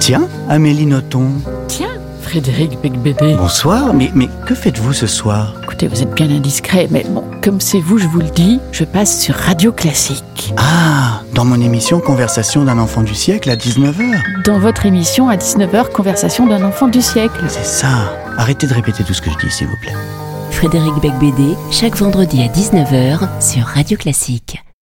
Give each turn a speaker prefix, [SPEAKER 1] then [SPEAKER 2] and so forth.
[SPEAKER 1] Tiens, Amélie Nothomb.
[SPEAKER 2] Tiens, Frédéric Becbédé.
[SPEAKER 1] Bonsoir, mais, mais que faites-vous ce soir
[SPEAKER 2] Écoutez, vous êtes bien indiscret, mais bon, comme c'est vous, je vous le dis, je passe sur Radio Classique.
[SPEAKER 1] Ah, dans mon émission Conversation d'un enfant du siècle à 19h.
[SPEAKER 2] Dans votre émission à 19h, Conversation d'un enfant du siècle.
[SPEAKER 1] C'est ça. Arrêtez de répéter tout ce que je dis, s'il vous plaît.
[SPEAKER 3] Frédéric Becbédé, chaque vendredi à 19h sur Radio Classique.